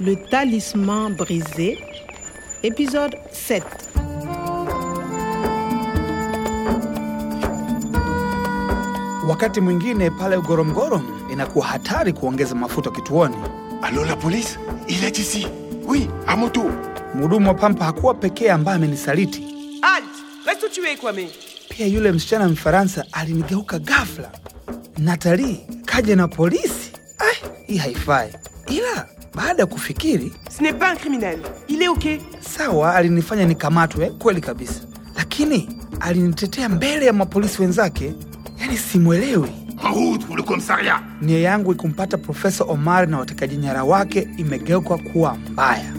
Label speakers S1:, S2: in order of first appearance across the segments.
S1: Le talisman brisé, épisode 7.
S2: Wakati mwingine pale Ngorongoro inakuwa hatari kuongeza mafuta kituoni.
S3: Alors la police Il est ici Oui, à mon tour
S2: Mhudumu wa pampa hakuwa pekee ambaye amenisaliti,
S4: Halte Reste où tu es, Kwame.
S2: pia yule msichana Mfaransa alinigeuka ghafla. Natalii kaja na polisi. Ah, hii haifai. Ila baada ya kufikiri,
S4: Ce n'est pas un criminel. Il est OK.
S2: sawa, alinifanya nikamatwe kweli kabisa, lakini alinitetea mbele ya mapolisi wenzake. Yaani simwelewi.
S3: En route pour le commissariat
S2: Nia yangu ikumpata Profesa Omar na watekaji nyara wake imegeuka kuwa mbaya.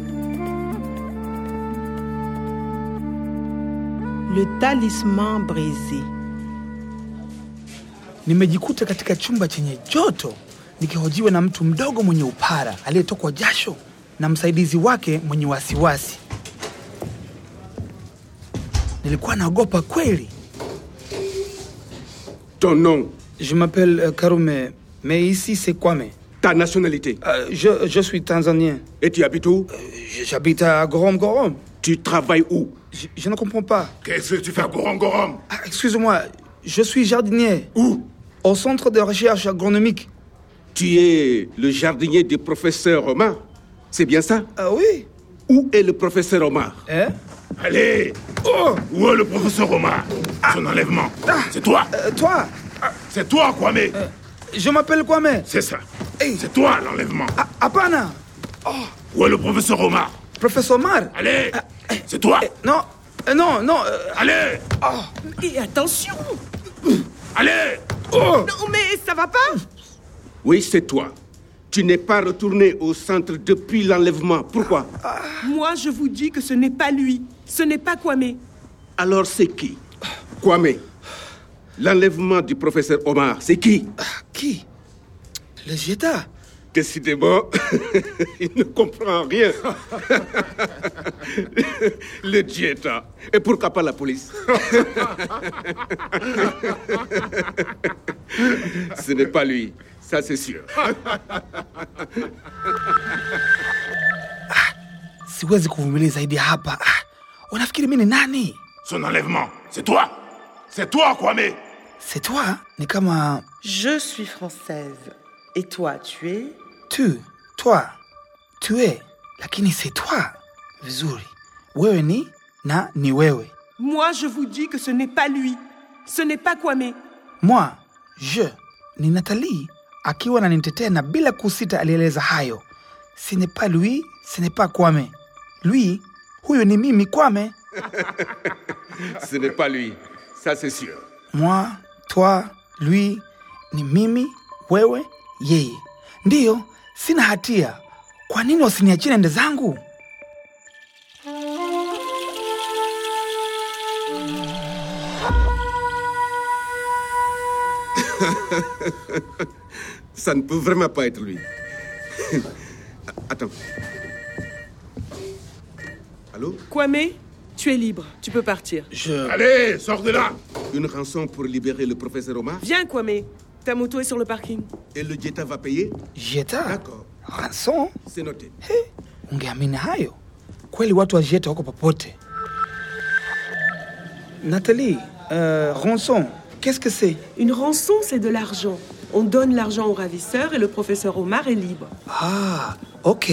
S1: Le talisman brisé.
S2: Nimejikuta katika chumba chenye joto nikihojiwa na mtu mdogo mwenye upara aliyetokwa jasho na msaidizi wake mwenye wasiwasi. Nilikuwa naogopa kweli.
S5: Ton nom,
S2: Je m'appelle euh, Karume, mais ici c'est Kwame.
S5: ta nationalité.
S2: Euh, je, je suis tanzanien.
S5: Et tu habites où
S2: Je- J'habite à Goromgorom.
S5: Tu travailles où
S2: Je, je ne comprends pas.
S3: Qu'est-ce que tu fais à Gorongorom
S2: Ah, Excuse-moi, je suis jardinier
S5: Où
S2: au centre de recherche agronomique.
S5: Tu es le jardinier du professeur Omar. C'est bien ça
S2: Ah oui
S5: Où est le professeur Omar
S2: Hein
S3: Allez
S2: Oh
S3: Où est le professeur Omar
S5: Ah!
S3: Son enlèvement C'est toi
S2: euh, Toi
S3: Ah, C'est toi, Kwame
S5: Ah!
S2: Je m'appelle Kwame.
S3: C'est ça
S2: hey.
S3: C'est toi, l'enlèvement
S2: Ah, Hapana
S5: Oh!
S3: Où est le professeur Omar
S2: Professeur Omar
S3: Allez
S5: Ah!
S3: C'est toi
S5: Eh!
S2: Non, euh, non, non. euh,
S3: Allez
S4: Et attention
S3: Allez
S2: oh,
S4: Non, mais ça va pas
S5: Oui, c'est toi. Tu n'es pas retourné au centre depuis l'enlèvement. Pourquoi
S4: Moi, je vous dis que ce n'est pas lui. Ce n'est pas Kwame.
S5: Alors c'est qui Kwame. L'enlèvement du professeur Omar, c'est qui
S2: qui Le Jeta.
S5: Décidément, il ne comprend rien. Le dieta. Et pourquoi pas la police Ce n'est pas lui, ça c'est sûr.
S2: Siwezi kuvumilia zaidi ya hapa. Ah, unafikiri mimi ni nani?
S3: Son enlèvement C'est toi C'est toi, Kwame
S2: C'est toi ni kama
S6: Je suis française. Et toi, tu es
S2: tu, toi, tue, lakini c'est toi. Vizuri, wewe ni na ni wewe.
S4: Moi, je vous dis que ce n'est pas lui. Ce n'est pas Kwame.
S2: Moi, je ni Natalie akiwa ananitetea na bila kusita alieleza hayo. Ce n'est pas lui, ce n'est pas Kwame. Lui, huyu ni mimi Kwame.
S5: Ce n'est pas lui, ça c'est sûr.
S2: moi toi lui ni mimi wewe yeye ndiyo sina hatia kwa nini wasiniachie nende zangu
S5: Ça ne peut vraiment pas être lui. Attends. Allô
S4: Kwame, tu es libre. Tu peux partir.
S3: Allez, sors de là
S5: Une rançon pour libérer le professeur Omar
S4: Viens, Kwame. Ta moto est sur le parking.
S5: et le dieta va payer
S2: jeta
S5: D'accord,
S2: ranson
S5: c'est noté.
S2: ungeamini hayo kweli watu wa jeta wako popote nathalie uh, ranson qu'est-ce que c'est
S4: Une rançon, c'est de l'argent. On donne l'argent au ravisseur et le professeur Omar est libre.
S2: ah ok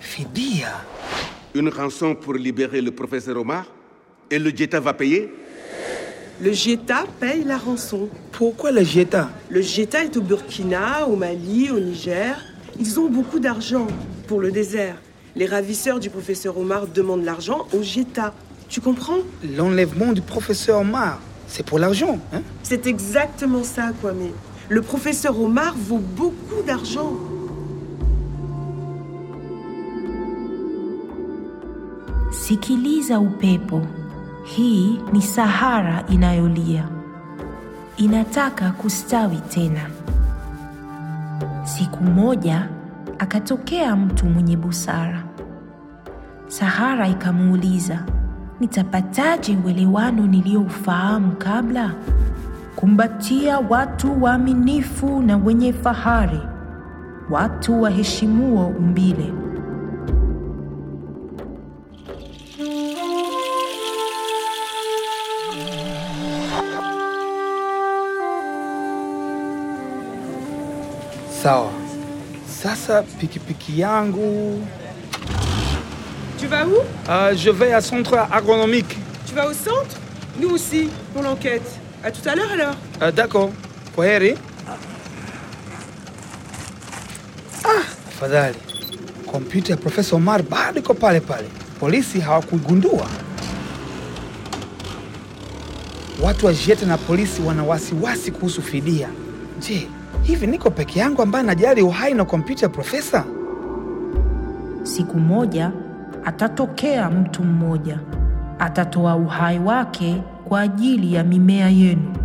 S2: fidia
S5: Une rançon pour libérer le professeur Omar et le dieta va payer
S4: Le Geta paye la rançon.
S2: pourquoi la jeta
S4: Le Geta est au Burkina, au Mali, au Niger. Ils ont beaucoup d'argent pour le désert. Les ravisseurs du professeur Omar demandent l'argent au Geta. Tu comprends
S2: l'enlèvement du professeur Omar c'est pour l'argent hein?
S4: C'est exactement ça, Kwame. Le professeur Omar vaut beaucoup d'argent.
S7: Sikiliza upepo. Hii ni Sahara inayolia. Inataka kustawi tena. Siku moja akatokea mtu mwenye busara. Sahara ikamuuliza, "Nitapataje uelewano niliyoufahamu kabla?" Kumbatia watu waaminifu na wenye fahari, watu waheshimuo umbile
S2: Sawa. Sasa pikipiki yangu.
S4: Tu vas où
S2: Ah, je vais à centre agronomique.
S4: Tu vas au centre Nous aussi, pour l'enquête. À tout à l'heure alors
S2: Ah, D'accord. Kwa heri. Ah, tafadhali. Kompyuta ya Profesa Omar bado iko pale pale. Polisi hawakuigundua. Watu wa Jete na polisi wana wasiwasi kuhusu fidia. Je, hivi niko peke yangu ambaye najali uhai na kompyuta ya profesa?
S7: Siku moja atatokea mtu mmoja, atatoa uhai wake kwa ajili ya mimea yenu,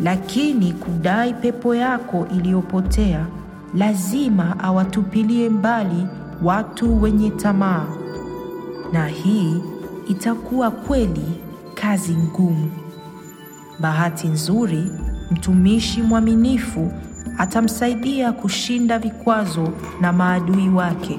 S7: lakini kudai pepo yako iliyopotea, lazima awatupilie mbali watu wenye tamaa, na hii itakuwa kweli kazi ngumu. Bahati nzuri, mtumishi mwaminifu atamsaidia kushinda vikwazo na maadui wake.